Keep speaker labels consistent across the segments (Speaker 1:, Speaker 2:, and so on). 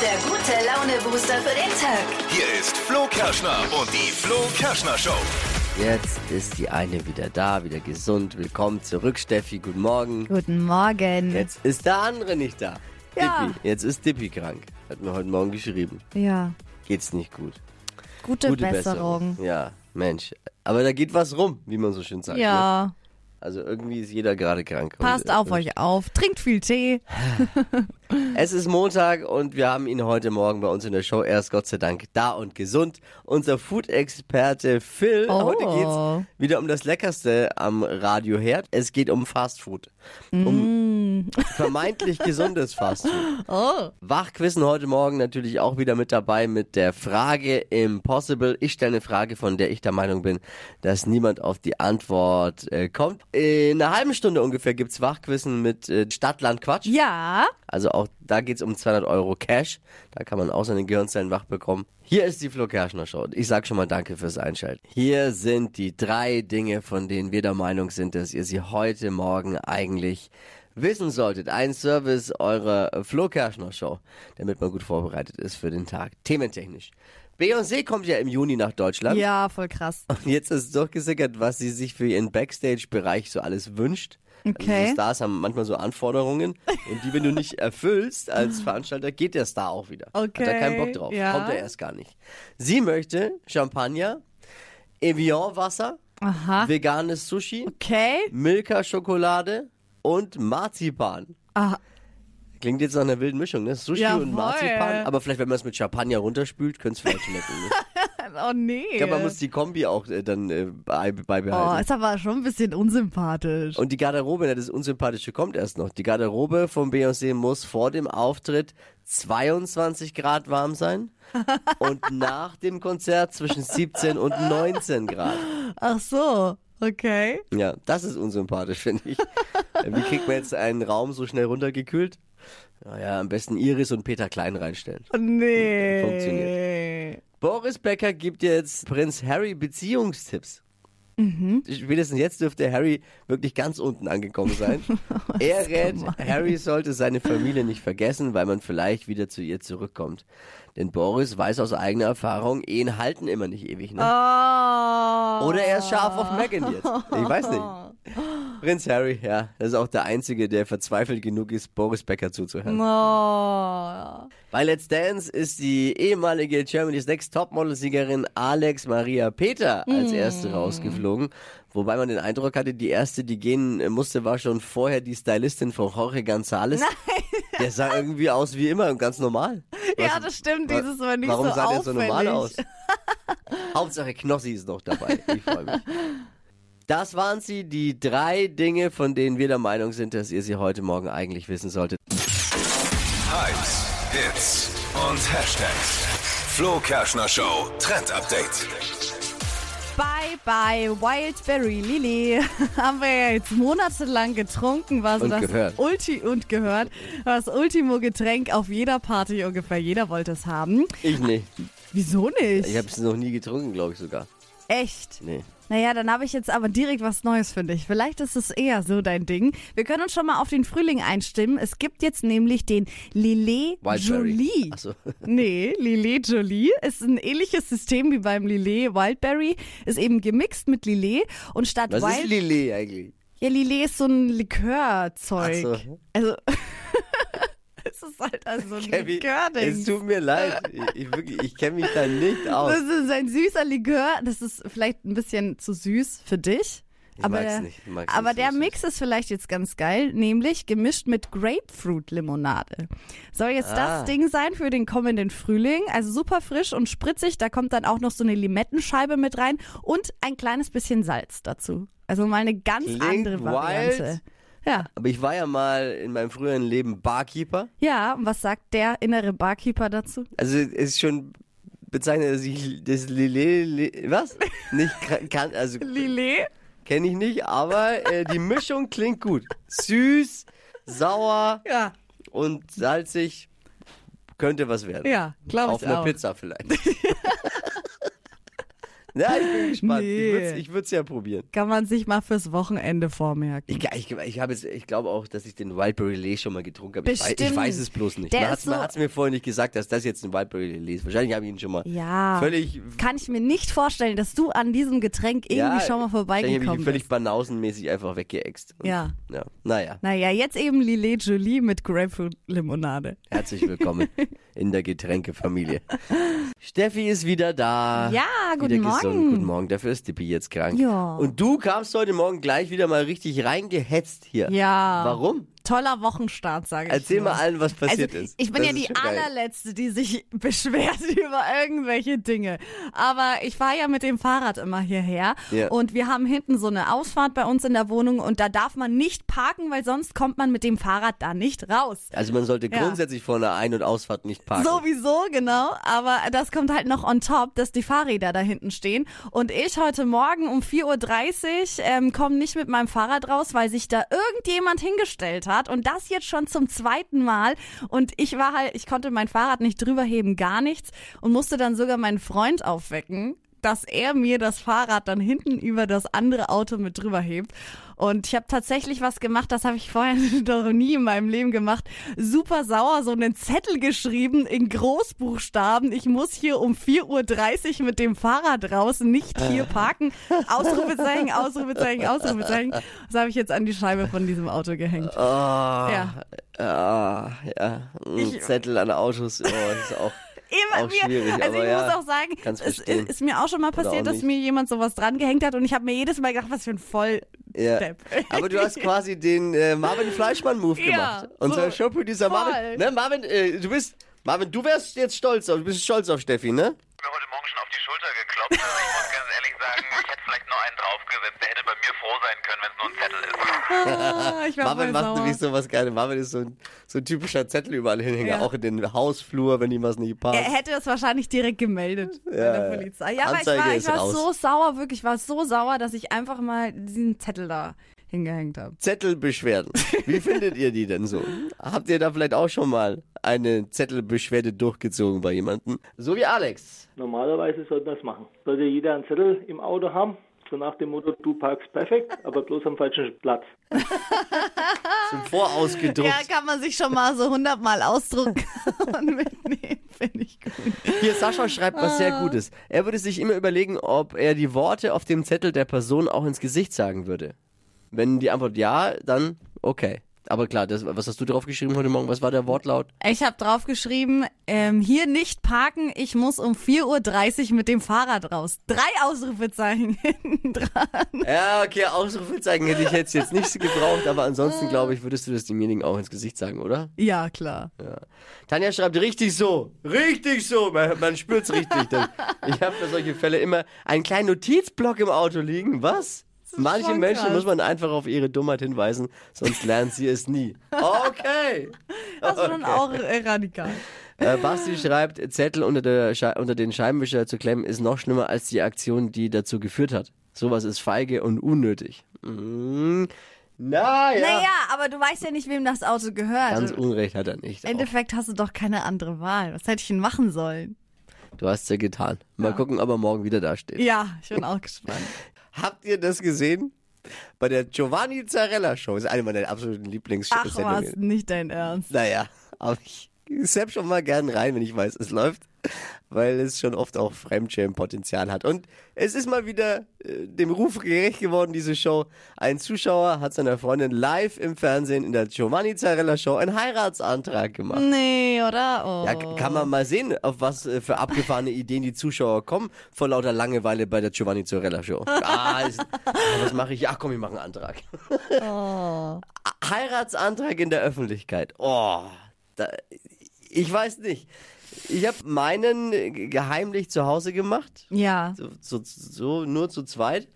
Speaker 1: der gute Laune-Booster für den Tag.
Speaker 2: Hier ist Flo Kerschner und die Flo Kerschner Show.
Speaker 3: Jetzt ist die eine wieder da, wieder gesund. Willkommen zurück, Steffi. Guten Morgen.
Speaker 4: Guten Morgen.
Speaker 3: Jetzt ist der andere nicht da.
Speaker 4: Ja.
Speaker 3: Dippi. Jetzt ist Dippi krank. Hat mir heute Morgen geschrieben.
Speaker 4: Ja,
Speaker 3: Geht's nicht gut.
Speaker 4: gute, Besserung.
Speaker 3: Ja, Mensch. Aber da geht was rum, wie man so schön sagt. Ne?
Speaker 4: Ja,
Speaker 3: Also irgendwie ist jeder gerade krank. Und,
Speaker 4: passt
Speaker 3: äh,
Speaker 4: auf euch auf, trinkt viel Tee.
Speaker 3: Es ist Montag und wir haben ihn heute Morgen bei uns in der Show. Er ist Gott sei Dank da und gesund. Unser Food-Experte Phil.
Speaker 4: Oh.
Speaker 3: Heute geht's wieder um das Leckerste am Radioherd. Es geht um Fast Food. Um vermeintlich gesundes Fast Food.
Speaker 4: Mm. Oh.
Speaker 3: Wachquissen heute Morgen natürlich auch wieder mit dabei mit der Frage Impossible. Ich stelle eine Frage, von der ich der Meinung bin, dass niemand auf die Antwort äh, kommt. In einer halben Stunde ungefähr gibt's Wachquissen mit äh, Stadtland Quatsch.
Speaker 4: Ja,
Speaker 3: Also auch da geht's um 200 Euro Cash. Da kann man auch seine Gehirnzellen wach bekommen. Hier ist die Flo Kerschner Show. Ich sag schon mal Danke fürs Einschalten. Hier sind die drei Dinge, von denen wir der Meinung sind, dass ihr sie heute Morgen eigentlich wissen solltet. Ein Service eurer Flo Kerschner Show, damit man gut vorbereitet ist für den Tag. Thementechnisch. Beyoncé kommt ja im Juni nach Deutschland.
Speaker 4: ja, voll krass.
Speaker 3: Und jetzt ist durchgesickert, was sie sich für ihren Backstage-Bereich so alles wünscht.
Speaker 4: Okay.
Speaker 3: Also so Stars haben manchmal so Anforderungen und die, wenn du nicht erfüllst als Veranstalter, geht der Star auch wieder.
Speaker 4: Okay,
Speaker 3: Hat er keinen Bock drauf.
Speaker 4: ja.
Speaker 3: Kommt er erst gar nicht. Sie möchte Champagner, Evian-Wasser,
Speaker 4: Aha.
Speaker 3: veganes Sushi,
Speaker 4: Okay.
Speaker 3: Milka-Schokolade und Marzipan.
Speaker 4: Ah,
Speaker 3: Klingt jetzt nach einer wilden Mischung, ne? Sushi
Speaker 4: Ja,
Speaker 3: und
Speaker 4: voll.
Speaker 3: Marzipan. Aber vielleicht, wenn man es mit Champagner runterspült, könnte es vielleicht schmecken. Ne?
Speaker 4: oh nee.
Speaker 3: Ich glaube, man muss die Kombi auch äh, dann äh, bei- beibehalten.
Speaker 4: oh, ist aber schon ein bisschen unsympathisch.
Speaker 3: Und die Garderobe, na, das Unsympathische kommt erst noch. Die Garderobe von Beyoncé muss vor dem Auftritt 22 Grad warm sein und nach dem Konzert zwischen 17 und 19 Grad.
Speaker 4: Ach so, okay.
Speaker 3: Ja, das ist unsympathisch, finde ich. Äh, Wie kriegt man jetzt einen Raum so schnell runtergekühlt? Naja, am besten Iris und Peter Klein reinstellen.
Speaker 4: Oh nee.
Speaker 3: Funktioniert. Boris Becker gibt jetzt Prinz Harry Beziehungstipps. Spätestens jetzt dürfte Harry wirklich ganz unten angekommen sein. er rät, Harry sollte seine Familie nicht vergessen, weil man vielleicht wieder zu ihr zurückkommt. Denn Boris weiß aus eigener Erfahrung, Ehen halten immer nicht ewig. Ne?
Speaker 4: Oh.
Speaker 3: Oder er ist scharf auf Meghan jetzt. Ich weiß nicht. Prinz Harry, ja, das ist auch der Einzige, der verzweifelt genug ist, Boris Becker zuzuhören.
Speaker 4: Oh.
Speaker 3: Bei Let's Dance ist die ehemalige Germany's Next Topmodel-Siegerin Alex Maria Peter als
Speaker 4: Hm.
Speaker 3: erste rausgeflogen. Wobei man den Eindruck hatte, die erste, die gehen äh, musste, war schon vorher die Stylistin von Jorge González. Der sah irgendwie aus wie immer und ganz normal.
Speaker 4: Ja,
Speaker 3: Was-
Speaker 4: das stimmt.
Speaker 3: wa-
Speaker 4: Dieses Mal nicht
Speaker 3: Warum
Speaker 4: so
Speaker 3: sah der
Speaker 4: auffällig.
Speaker 3: so normal aus? Hauptsache Knossi ist noch dabei. Ich freue mich. Das waren sie, die drei Dinge, von denen wir der Meinung sind, dass ihr sie heute Morgen eigentlich wissen solltet.
Speaker 2: Hypes, Hits und Hashtags. Flo Kerschner Show Trend Update.
Speaker 4: Bye bye Wildberry Lily. Haben wir ja jetzt monatelang getrunken, war so
Speaker 3: Und
Speaker 4: das
Speaker 3: gehört.
Speaker 4: Ulti und gehört. War das Ultimo-Getränk auf jeder Party ungefähr. Jeder wollte es haben.
Speaker 3: Ich nicht.
Speaker 4: Wieso nicht?
Speaker 3: Ich habe es noch nie getrunken, glaube ich sogar.
Speaker 4: Echt?
Speaker 3: Nee.
Speaker 4: Naja, dann habe ich jetzt aber direkt was Neues für dich. Vielleicht ist es eher so dein Ding. Wir können uns schon mal auf den Frühling einstimmen. Es gibt jetzt nämlich den Lillet
Speaker 3: Wildberry.
Speaker 4: Jolie.
Speaker 3: Ach so.
Speaker 4: Nee, Lillet Jolie ist ein ähnliches System wie beim Lillet Wildberry. Ist eben gemixt mit Lillet und statt
Speaker 3: Was
Speaker 4: Wild
Speaker 3: ist Lillet eigentlich?
Speaker 4: Ja, Lillet ist so ein Likörzeug.
Speaker 3: Ach so.
Speaker 4: Also, es ist halt also ein
Speaker 3: Kevin, es
Speaker 4: Likörding.
Speaker 3: tut mir leid. Ich, ich, wirklich, ich kenne mich da nicht aus.
Speaker 4: Das ist ein süßer Likör. Das ist vielleicht ein bisschen zu süß für dich.
Speaker 3: Ich
Speaker 4: aber
Speaker 3: mag's
Speaker 4: der,
Speaker 3: nicht. Ich mag's
Speaker 4: aber
Speaker 3: nicht so
Speaker 4: der
Speaker 3: süß.
Speaker 4: Mix ist vielleicht jetzt ganz geil, nämlich gemischt mit Grapefruit-Limonade. Soll jetzt
Speaker 3: Ah.
Speaker 4: das Ding sein für den kommenden Frühling. Also super frisch und spritzig. Da kommt dann auch noch so eine Limettenscheibe mit rein und ein kleines bisschen Salz dazu. Also mal eine ganz
Speaker 3: Klingt
Speaker 4: andere Variante.
Speaker 3: wild.
Speaker 4: Ja.
Speaker 3: Aber ich war ja mal in meinem früheren Leben Barkeeper.
Speaker 4: Ja, und was sagt der innere Barkeeper dazu?
Speaker 3: Also es ist schon bezeichnet, dass ich das Lillet, li- was? Nicht kann- kann, also
Speaker 4: Lillet?
Speaker 3: kenne ich nicht, aber äh, die Mischung klingt gut. Süß, sauer
Speaker 4: Ja,
Speaker 3: und salzig könnte was werden.
Speaker 4: ja, glaube ich
Speaker 3: Auf einer
Speaker 4: auch.
Speaker 3: Pizza vielleicht. Ja, ich bin gespannt.
Speaker 4: Nee.
Speaker 3: Ich würde es ich würd's ja probieren.
Speaker 4: Kann man sich mal fürs Wochenende vormerken.
Speaker 3: Ich, ich, ich, hab jetzt- ich glaube auch, dass ich den Wildberry Lee schon mal getrunken habe. Ich, wei- ich
Speaker 4: Bestimmt.
Speaker 3: weiß es bloß nicht.
Speaker 4: Der
Speaker 3: man
Speaker 4: ist
Speaker 3: hat es
Speaker 4: so-
Speaker 3: mir vorher nicht gesagt, dass das jetzt ein Wildberry Lee ist. Wahrscheinlich habe ich ihn schon mal
Speaker 4: Ja.
Speaker 3: völlig...
Speaker 4: Kann ich mir nicht vorstellen, dass du an diesem Getränk irgendwie
Speaker 3: ja,
Speaker 4: schon
Speaker 3: wahrscheinlich habe ich
Speaker 4: mal
Speaker 3: ihn
Speaker 4: vorbeigekommen
Speaker 3: völlig
Speaker 4: bist.
Speaker 3: banausenmäßig einfach weggeäxt. Und-
Speaker 4: Ja.
Speaker 3: ja. Naja,
Speaker 4: Naja, jetzt eben Lillet Jolie mit Grapefruit-Limonade.
Speaker 3: herzlich willkommen in der Getränkefamilie. Steffi ist wieder da.
Speaker 4: Ja, guten
Speaker 3: wieder Gesund.
Speaker 4: Morgen.
Speaker 3: Guten Morgen, dafür ist Dippi jetzt krank.
Speaker 4: Ja.
Speaker 3: Und du kamst heute Morgen gleich wieder mal richtig reingehetzt hier.
Speaker 4: Ja.
Speaker 3: Warum?
Speaker 4: Toller Wochenstart, sage ich.
Speaker 3: Erzähl
Speaker 4: nur.
Speaker 3: mal allen, was passiert
Speaker 4: also,
Speaker 3: ist.
Speaker 4: Ich bin
Speaker 3: Das
Speaker 4: ja
Speaker 3: ist
Speaker 4: die
Speaker 3: schon geil.
Speaker 4: allerletzte, die sich beschwert über irgendwelche Dinge. Aber ich fahre ja mit dem Fahrrad immer hierher
Speaker 3: Ja.
Speaker 4: und wir haben hinten so eine Ausfahrt bei uns in der Wohnung und da darf man nicht parken, weil sonst kommt man mit dem Fahrrad da nicht raus.
Speaker 3: Also man sollte
Speaker 4: Ja.
Speaker 3: grundsätzlich vor einer Ein- und Ausfahrt nicht parken.
Speaker 4: Sowieso, genau. Aber das kommt halt noch on top, dass die Fahrräder da hinten stehen. Und ich heute Morgen um 4.30 Uhr ähm, komme nicht mit meinem Fahrrad raus, weil sich da irgendjemand hingestellt hat. Und das jetzt schon zum zweiten Mal. Und ich war halt, ich konnte mein Fahrrad nicht drüber heben, gar nichts. Und musste dann sogar meinen Freund aufwecken dass er mir das Fahrrad dann hinten über das andere Auto mit drüber hebt. Und ich habe tatsächlich was gemacht, das habe ich vorher noch nie in meinem Leben gemacht. Super sauer, so einen Zettel geschrieben in Großbuchstaben. Ich muss hier um 4.30 Uhr mit dem Fahrrad raus, nicht
Speaker 3: Äh.
Speaker 4: hier parken. Ausrufezeichen, Ausrufezeichen, Ausrufezeichen. Das habe ich jetzt an die Scheibe von diesem Auto gehängt. Ja.
Speaker 3: Ah, ja. Ein
Speaker 4: Ich-
Speaker 3: Zettel an Autos, oh, das ist auch,
Speaker 4: Immer
Speaker 3: Äh, auch
Speaker 4: mir,
Speaker 3: schwierig.
Speaker 4: also
Speaker 3: aber
Speaker 4: ich
Speaker 3: ja,
Speaker 4: muss auch sagen,
Speaker 3: kann's
Speaker 4: es
Speaker 3: verstehen.
Speaker 4: ist, ist mir auch schon mal
Speaker 3: Oder auch
Speaker 4: passiert, dass
Speaker 3: nicht.
Speaker 4: mir jemand sowas dran gehängt hat und ich habe mir jedes Mal gedacht, was für ein
Speaker 3: ja.
Speaker 4: Volldepp.
Speaker 3: Aber du hast quasi den äh, Marvin Fleischmann-Move
Speaker 4: Ja,
Speaker 3: gemacht. Unser
Speaker 4: so,
Speaker 3: Showproducer Marvin.
Speaker 4: voll.
Speaker 3: Ne, Marvin, äh, du bist. Marvin, du wärst jetzt stolz auf, du bist stolz auf Steffi, ne?
Speaker 5: mir heute Morgen schon auf die Schulter geklopft. Also ich muss ganz ehrlich sagen, ich hätte vielleicht nur einen draufgesetzt. Der hätte bei mir froh sein können, wenn es nur ein Zettel ist.
Speaker 4: Ah, ich war
Speaker 3: Marvin
Speaker 4: voll
Speaker 3: macht
Speaker 4: sauer.
Speaker 3: nämlich sowas geil. Marvin ist so ein, so ein typischer Zettel überall hinhänger,
Speaker 4: Ja.
Speaker 3: auch in den Hausflur, wenn ihm was nicht passt.
Speaker 4: Er hätte das wahrscheinlich direkt gemeldet bei der Polizei. Ja, aber ich
Speaker 3: Anzeige
Speaker 4: war, ich
Speaker 3: ist
Speaker 4: war
Speaker 3: raus.
Speaker 4: so sauer, wirklich, ich war so sauer, dass ich einfach mal diesen Zettel da hingehängt habe.
Speaker 3: Zettelbeschwerden. Wie findet ihr die denn so? Habt ihr da vielleicht auch schon mal eine Zettelbeschwerde durchgezogen bei jemandem? So wie Alex.
Speaker 6: Normalerweise sollte man es machen. Sollte jeder einen Zettel im Auto haben, so nach dem Motto, du parkst perfekt, aber bloß am falschen Platz.
Speaker 3: Zum Vorausgedruckt.
Speaker 4: Ja, kann man sich schon mal so hundertmal ausdrucken und mitnehmen, finde ich gut.
Speaker 3: Hier, Sascha schreibt was sehr Gutes. Er würde sich immer überlegen, ob er die Worte auf dem Zettel der Person auch ins Gesicht sagen würde. Wenn die Antwort ja, dann okay. Aber klar, das, was hast du drauf geschrieben heute Morgen? Was war der Wortlaut?
Speaker 4: Ich habe draufgeschrieben, ähm, hier nicht parken, ich muss um 4.30 Uhr mit dem Fahrrad raus. Drei Ausrufezeichen hinten dran.
Speaker 3: Ja, okay, Ausrufezeichen hätte ich jetzt, jetzt nicht so gebraucht, aber ansonsten glaube ich, würdest du das demjenigen auch ins Gesicht sagen, oder?
Speaker 4: Ja, klar.
Speaker 3: Tanja schreibt richtig so, richtig so, man, man spürt's richtig. Das- ich habe für solche Fälle immer einen kleinen Notizblock im Auto liegen, was? Manche
Speaker 4: schon
Speaker 3: Menschen
Speaker 4: krass.
Speaker 3: muss man einfach auf ihre Dummheit hinweisen, sonst lernen sie es nie. Okay.
Speaker 4: Das ist schon auch äh, radikal.
Speaker 3: Äh, Basti schreibt, Zettel unter, der Schei- unter den Scheibenwischer zu klemmen ist noch schlimmer als die Aktion, die dazu geführt hat. Sowas ist feige und unnötig. Mhm. Naja.
Speaker 4: Naja, aber du weißt ja nicht, wem das Auto gehört.
Speaker 3: Ganz Unrecht hat er nicht.
Speaker 4: Im Endeffekt hast du doch keine andere Wahl. Was hätte ich denn machen sollen?
Speaker 3: Du hast ja getan. Mal gucken, ob er morgen wieder da steht.
Speaker 4: Ja, ich bin auch gespannt.
Speaker 3: Habt ihr das gesehen? Bei der Giovanni Zarella Show. Ist eine meiner absoluten
Speaker 4: Ach, war
Speaker 3: Lieblingssendungen.
Speaker 4: nicht dein Ernst.
Speaker 3: Naja, aber ich selbst schon mal gern rein, wenn ich weiß, es läuft. Weil es schon oft auch Fremdschämen-Potenzial hat. Und es ist mal wieder äh, dem Ruf gerecht geworden, diese Show. Ein Zuschauer hat seiner Freundin live im Fernsehen in der Giovanni Zarella Show einen Heiratsantrag gemacht.
Speaker 4: Nee, oder? Oh.
Speaker 3: Ja, k- kann man mal sehen, auf was äh, für abgefahrene Ideen die Zuschauer kommen vor lauter Langeweile bei der Giovanni Zorella Show. Ah, ist, ah, was mache ich? Ach komm, ich mache einen Antrag. Ah, Heiratsantrag in der Öffentlichkeit. Oh, da, ich weiß nicht. Ich habe meinen äh, ge- geheimlich zu Hause gemacht.
Speaker 4: Ja.
Speaker 3: So, so, so nur zu zweit.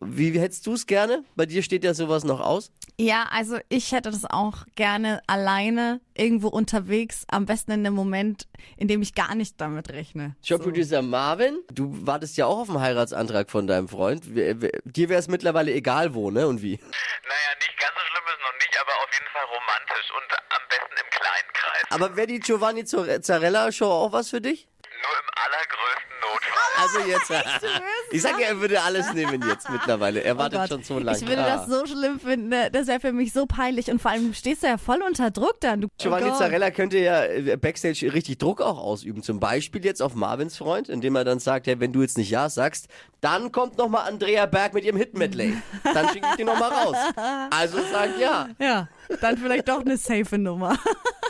Speaker 3: Wie, wie hättest du es gerne? Bei dir steht ja sowas noch aus.
Speaker 4: ja, also ich hätte das auch gerne alleine irgendwo unterwegs, am besten in dem Moment, in dem ich gar nicht damit rechne.
Speaker 3: Showproducer Marvin, du wartest ja auch auf den Heiratsantrag von deinem Freund. Wir- wir- Dir wäre es mittlerweile egal, wo, ne? Und wie.
Speaker 5: Naja, nicht ganz so schlimm ist noch nicht, aber auf jeden Fall romantisch und am besten im kleinen Kreis.
Speaker 3: Aber wäre die Giovanni Zor- Zarella Show auch was für dich?
Speaker 5: Nur im allergrößten Notfall.
Speaker 3: Also jetzt.
Speaker 4: Du wirst
Speaker 3: Ich sag ja, er würde alles nehmen jetzt mittlerweile. Er wartet
Speaker 4: Oh Gott,
Speaker 3: schon so lange.
Speaker 4: Ich würde
Speaker 3: Ah.
Speaker 4: das so schlimm finden. ne? Das wäre für mich so peinlich. Und vor allem stehst du ja voll unter Druck dann. Du,
Speaker 3: Giovanni
Speaker 4: oh Gott.
Speaker 3: Zarella könnte ja äh, Backstage richtig Druck auch ausüben. Zum Beispiel jetzt auf Marvins Freund, indem er dann sagt, hey, wenn du jetzt nicht Ja sagst, dann kommt nochmal Andrea Berg mit ihrem Hit-Medley. Dann schicke ich die nochmal raus. Also sagt Ja.
Speaker 4: Ja, dann vielleicht doch eine safe Nummer.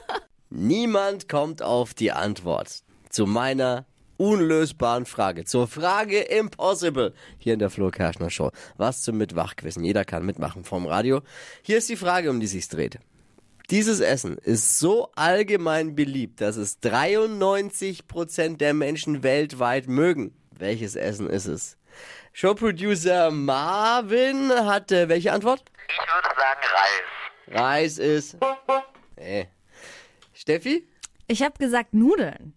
Speaker 3: Niemand kommt auf die Antwort zu meiner unlösbaren Frage. Zur Frage Impossible hier in der Flo Kerschner Show. Was zum Mitwachquissen. Jeder kann mitmachen vom Radio. Hier ist die Frage, um die sich's dreht. Dieses Essen ist so allgemein beliebt, dass es 93% der Menschen weltweit mögen. Welches Essen ist es? Showproducer Marvin hat äh, welche Antwort?
Speaker 5: Ich würde sagen Reis.
Speaker 3: Reis ist. Nee. Steffi?
Speaker 4: Ich habe gesagt Nudeln.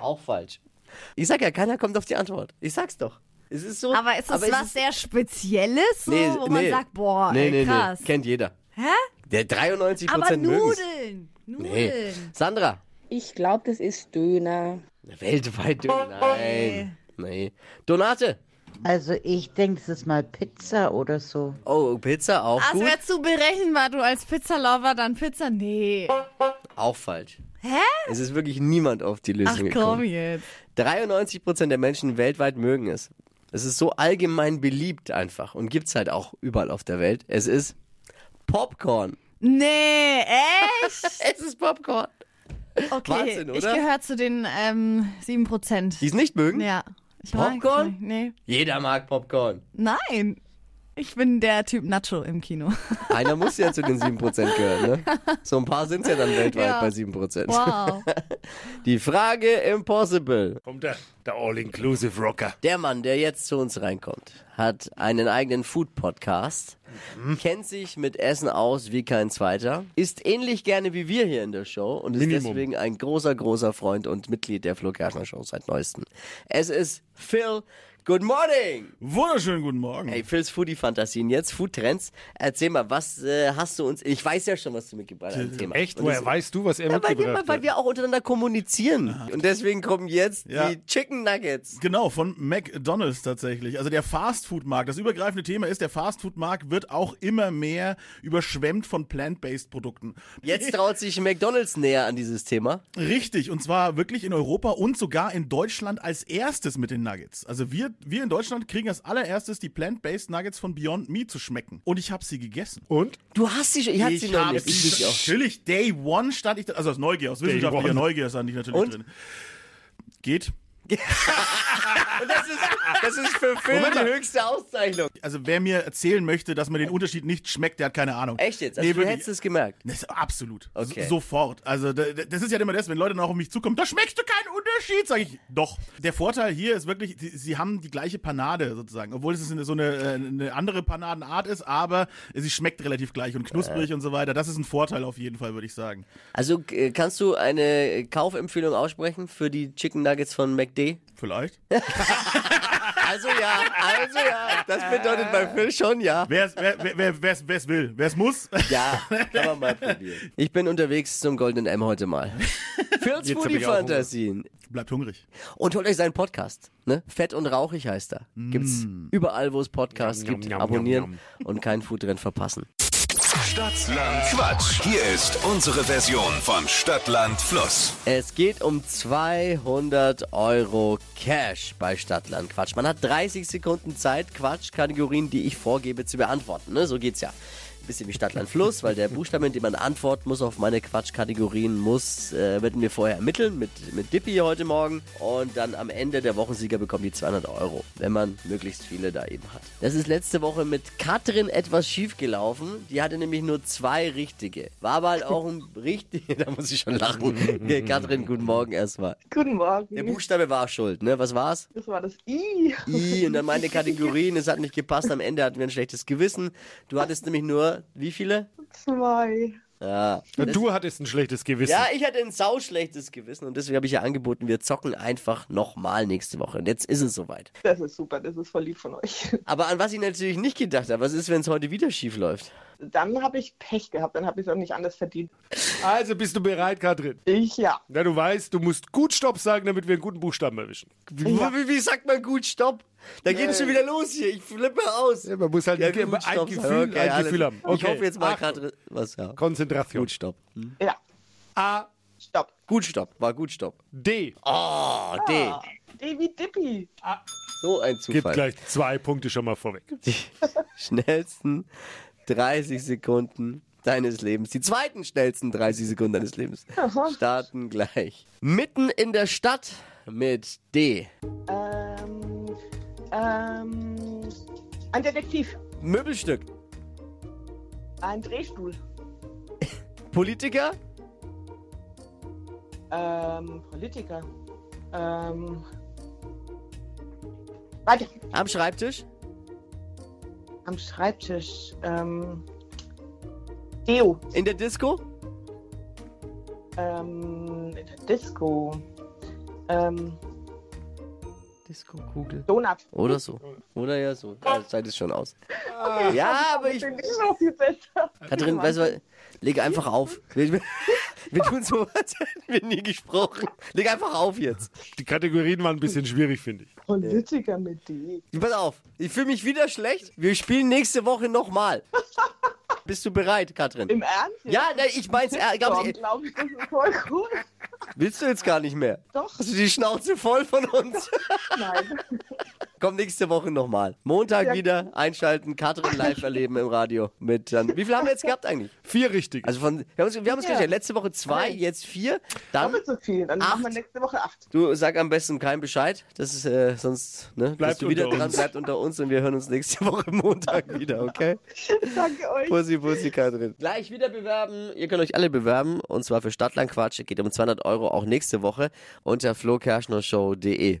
Speaker 3: Auch falsch. Ich sag ja, keiner kommt auf die Antwort. Ich sag's doch. Es ist so.
Speaker 4: Aber ist das was
Speaker 3: ist-
Speaker 4: sehr Spezielles, so,
Speaker 3: Nee,
Speaker 4: wo man
Speaker 3: nee.
Speaker 4: sagt, boah,
Speaker 3: nee,
Speaker 4: ey,
Speaker 3: nee,
Speaker 4: krass.
Speaker 3: Nee. Kennt jeder.
Speaker 4: Hä?
Speaker 3: Der 93
Speaker 4: Aber
Speaker 3: Prozent
Speaker 4: Nudeln.
Speaker 3: Nee.
Speaker 4: Nudeln.
Speaker 3: Sandra.
Speaker 7: Ich glaube, das ist Döner.
Speaker 3: Weltweit. Nein. Nee. Donate.
Speaker 8: Also ich denke, es ist mal Pizza oder so.
Speaker 3: Oh, Pizza auch
Speaker 4: Das
Speaker 3: gut.
Speaker 4: wäre zu berechenbar, du als Pizzalover, dann Pizza. Nee.
Speaker 3: Auch falsch.
Speaker 4: Hä?
Speaker 3: Es ist wirklich niemand auf die Lösung
Speaker 4: Ach komm
Speaker 3: gekommen.
Speaker 4: jetzt.
Speaker 3: 93 Prozent der Menschen weltweit mögen es. Es ist so allgemein beliebt einfach und gibt's halt auch überall auf der Welt. Es ist Popcorn.
Speaker 4: Nee, echt?
Speaker 3: Es ist Popcorn.
Speaker 4: Okay,
Speaker 3: Wahnsinn,
Speaker 4: ich
Speaker 3: oder?
Speaker 4: gehöre zu den ähm, 7%.
Speaker 3: Die es nicht mögen?
Speaker 4: ja. Ich
Speaker 3: Popcorn?
Speaker 4: Mag, nee.
Speaker 3: Jeder mag Popcorn.
Speaker 4: Nein. Ich bin der Typ Nacho im Kino.
Speaker 3: Einer muss ja zu den 7% gehören, ne? So ein paar sind ja dann weltweit
Speaker 4: Ja.
Speaker 3: bei 7%.
Speaker 4: Wow.
Speaker 3: Die Frage Impossible.
Speaker 9: Kommt der, der All-Inclusive Rocker.
Speaker 3: Der Mann, der jetzt zu uns reinkommt, hat einen eigenen Food-Podcast,
Speaker 9: Mhm.
Speaker 3: kennt sich mit Essen aus wie kein zweiter, ist ähnlich gerne wie wir hier in der Show und ist
Speaker 9: Minimum.
Speaker 3: deswegen ein großer, großer Freund und Mitglied der Flo Kerschner Show seit neuestem. Es ist Phil. Good morning!
Speaker 9: Wunderschönen guten Morgen.
Speaker 3: Hey, Phils Foodie-Fantasien jetzt, Food-Trends. Erzähl mal, was äh, hast du uns... Ich weiß ja schon, was du mitgebracht hast. an Thema.
Speaker 9: Echt?
Speaker 3: Und
Speaker 9: Woher
Speaker 3: das-
Speaker 9: weißt du, was er
Speaker 3: Ja, weil, wir,
Speaker 9: mitgebracht
Speaker 3: weil
Speaker 9: hat?
Speaker 3: wir auch untereinander kommunizieren. Und deswegen kommen jetzt
Speaker 9: Ja.
Speaker 3: die Chicken Nuggets.
Speaker 10: Genau, von McDonalds tatsächlich. Also der Fastfood-Markt. Das übergreifende Thema ist, der Fastfood-Markt wird auch immer mehr überschwemmt von plant-based Produkten.
Speaker 3: Jetzt traut sich McDonalds näher an dieses Thema.
Speaker 10: Richtig, und zwar wirklich in Europa und sogar in Deutschland als erstes mit den Nuggets. Also wir, wir in Deutschland kriegen als allererstes die plant-based Nuggets von Beyond Meat zu schmecken. Und ich habe sie gegessen.
Speaker 9: Und?
Speaker 3: Du hast sie schon. Ich hatte sie noch
Speaker 10: hab
Speaker 3: nicht. Ich sie auch.
Speaker 10: natürlich Day One stand ich da, also aus Neugier, aus wissenschaftlicher
Speaker 9: one.
Speaker 10: Neugier stand ich natürlich
Speaker 3: Und?
Speaker 10: drin. Geht.
Speaker 3: Und das ist, das ist für Phil die höchste Auszeichnung.
Speaker 10: Also wer mir erzählen möchte, dass man den Unterschied nicht schmeckt, der hat keine Ahnung.
Speaker 3: Echt jetzt? Also du
Speaker 10: wirklich.
Speaker 3: hättest es gemerkt.
Speaker 10: Das, absolut.
Speaker 3: Okay.
Speaker 10: So, sofort. Also da- da- das ist ja immer das, wenn Leute dann auch auf mich zukommen, da schmeckst du keinen Unterschied, sage ich. Doch. Der Vorteil hier ist wirklich, sie, sie haben die gleiche Panade sozusagen, obwohl es so eine, äh, eine andere Panadenart ist, aber sie schmeckt relativ gleich und knusprig und so weiter. Das ist ein Vorteil auf jeden Fall, würde ich sagen.
Speaker 3: Also äh, kannst du eine Kaufempfehlung aussprechen für die Chicken Nuggets von McD?
Speaker 10: Vielleicht.
Speaker 3: Also ja, also ja. Das bedeutet bei Phil schon ja.
Speaker 10: wer es wer, wer, wer, wer's- wer's will, wer es muss.
Speaker 3: Ja, kann man mal probieren. Ich bin unterwegs zum Golden M heute mal. Phil's
Speaker 9: Jetzt hab
Speaker 3: Foodie
Speaker 9: ich auch Hunger.
Speaker 3: Fantasien.
Speaker 10: Bleibt hungrig.
Speaker 3: Und holt euch seinen Podcast. Ne? Fett und rauchig heißt er. Gibt's überall, wo es Podcasts
Speaker 9: Mm. Yum, yum,
Speaker 3: gibt.
Speaker 9: yum,
Speaker 3: Abonnieren
Speaker 9: yum,
Speaker 3: und kein Foodrennen verpassen.
Speaker 2: Stadtland Quatsch. Hier ist unsere Version von Stadtland Fluss.
Speaker 3: Es geht um 200 Euro Cash bei Stadtland Quatsch. Man hat 30 Sekunden Zeit, Quatschkategorien, die ich vorgebe, zu beantworten. Ne? So geht's ja. Ein bisschen wie Stadtland Fluss, weil der Buchstabe, mit dem man antworten muss auf meine Quatschkategorien, muss, äh, werden wir vorher ermitteln mit, mit Dippy heute Morgen. Und dann am Ende der Wochensieger bekommen die 200 Euro, wenn man möglichst viele da eben hat. Das ist letzte Woche mit Katrin etwas schief gelaufen. Die hatte nämlich nur zwei richtige. War aber halt auch ein richtig. Da muss ich schon lachen. Okay, Katrin, guten Morgen erstmal.
Speaker 7: Guten Morgen.
Speaker 3: Der Buchstabe war schuld, ne? Was war's?
Speaker 7: das war das I.
Speaker 3: I und dann meine Kategorien, es hat nicht gepasst. Am Ende hatten wir ein schlechtes Gewissen. Du hattest nämlich nur, wie viele?
Speaker 7: Zwei.
Speaker 3: Ja.
Speaker 9: Du hattest ein schlechtes Gewissen.
Speaker 3: Ja, ich hatte ein sauschlechtes Gewissen und deswegen habe ich ja angeboten, wir zocken einfach nochmal nächste Woche. Und jetzt ist es soweit.
Speaker 7: Das ist super, das ist voll lieb von euch.
Speaker 3: Aber an was ich natürlich nicht gedacht habe, was ist, wenn es heute wieder schief läuft?
Speaker 7: dann habe ich Pech gehabt, dann habe ich es auch nicht anders verdient.
Speaker 9: Also bist du bereit, Katrin?
Speaker 7: Ich ja.
Speaker 9: Na, du weißt, du musst gut Stopp sagen, damit wir einen guten Buchstaben erwischen.
Speaker 3: Wie, wie, wie sagt man gut Stopp? Da geht es schon wieder los hier. Ich flippe aus.
Speaker 9: Ja, man muss halt ein,
Speaker 3: gut,
Speaker 9: ein
Speaker 3: Stopp
Speaker 9: Gefühl,
Speaker 3: sagen. Okay,
Speaker 9: ein
Speaker 3: alles.
Speaker 9: Gefühl haben.
Speaker 3: Ich hoffe jetzt mal gerade was. Ja.
Speaker 9: Konzentration.
Speaker 3: Gut Stopp.
Speaker 7: Ja.
Speaker 9: A,
Speaker 7: Stopp.
Speaker 3: Gut Stopp. War gut Stopp.
Speaker 9: D.
Speaker 3: Oh, D.
Speaker 7: Davy Ah, Dippy.
Speaker 3: So ein
Speaker 9: Gibt
Speaker 3: Zufall.
Speaker 9: gleich zwei Punkte schon mal vorweg.
Speaker 3: Die schnellsten 30 Sekunden deines Lebens, die zweiten schnellsten 30 Sekunden deines Lebens, starten gleich. Mitten in der Stadt mit D.
Speaker 7: Ähm, ähm, ein Detektiv.
Speaker 3: Möbelstück.
Speaker 7: Ein Drehstuhl.
Speaker 3: Politiker.
Speaker 7: Ähm, Politiker. Ähm, weiter.
Speaker 3: Am Schreibtisch.
Speaker 7: Am Schreibtisch. Ähm, Deo.
Speaker 3: In der Disco.
Speaker 7: Ähm, in der Disco. Ähm,
Speaker 3: Disco-Kugel.
Speaker 7: Donut.
Speaker 3: Oder so. Oder ja so. Ja, die Zeit ist schon aus. ja, aber ich.
Speaker 7: Bin Ah. ich noch viel besser.
Speaker 3: Katrin, weißt du, was? leg einfach auf. Wir, wir tun so, als hätten wir nie gesprochen. Leg einfach auf jetzt.
Speaker 9: Die Kategorien waren ein bisschen schwierig, finde ich.
Speaker 7: Politiker mit D.
Speaker 3: Pass auf, ich fühle mich wieder schlecht. Wir spielen nächste Woche nochmal. Bist du bereit, Katrin?
Speaker 7: Im Ernst?
Speaker 3: Ja, nein, ich mein's ernst. Glaub
Speaker 7: Doch,
Speaker 3: ich,
Speaker 7: glaube ich, das ist voll cool.
Speaker 3: willst du jetzt gar nicht mehr?
Speaker 7: Doch.
Speaker 3: Hast du die Schnauze voll von uns?
Speaker 7: Nein.
Speaker 3: Komm nächste Woche nochmal. Montag wieder einschalten, Katrin live erleben im Radio. Mit dann. Wie viel haben wir jetzt gehabt eigentlich?
Speaker 9: Vier richtige.
Speaker 3: Also von. Wir haben uns, wir haben uns
Speaker 7: Ja.
Speaker 3: gleich letzte Woche zwei, jetzt vier. Dann.
Speaker 7: Doppelt so viel. Dann machen wir
Speaker 3: Acht.
Speaker 7: nächste Woche acht.
Speaker 3: Du sag am besten kein Bescheid. Das ist äh, sonst, ne?
Speaker 9: Bleibt
Speaker 3: bist du wieder
Speaker 9: unter
Speaker 3: dran,
Speaker 9: uns.
Speaker 3: bleibt unter uns und wir hören uns nächste Woche Montag wieder, okay?
Speaker 7: Danke euch.
Speaker 3: Pussy, Pussy, Katrin. Gleich wieder bewerben. Ihr könnt euch alle bewerben. Und zwar für Stadtlandquatsch. Geht um 200 Euro auch nächste Woche unter flokerschnershow.de.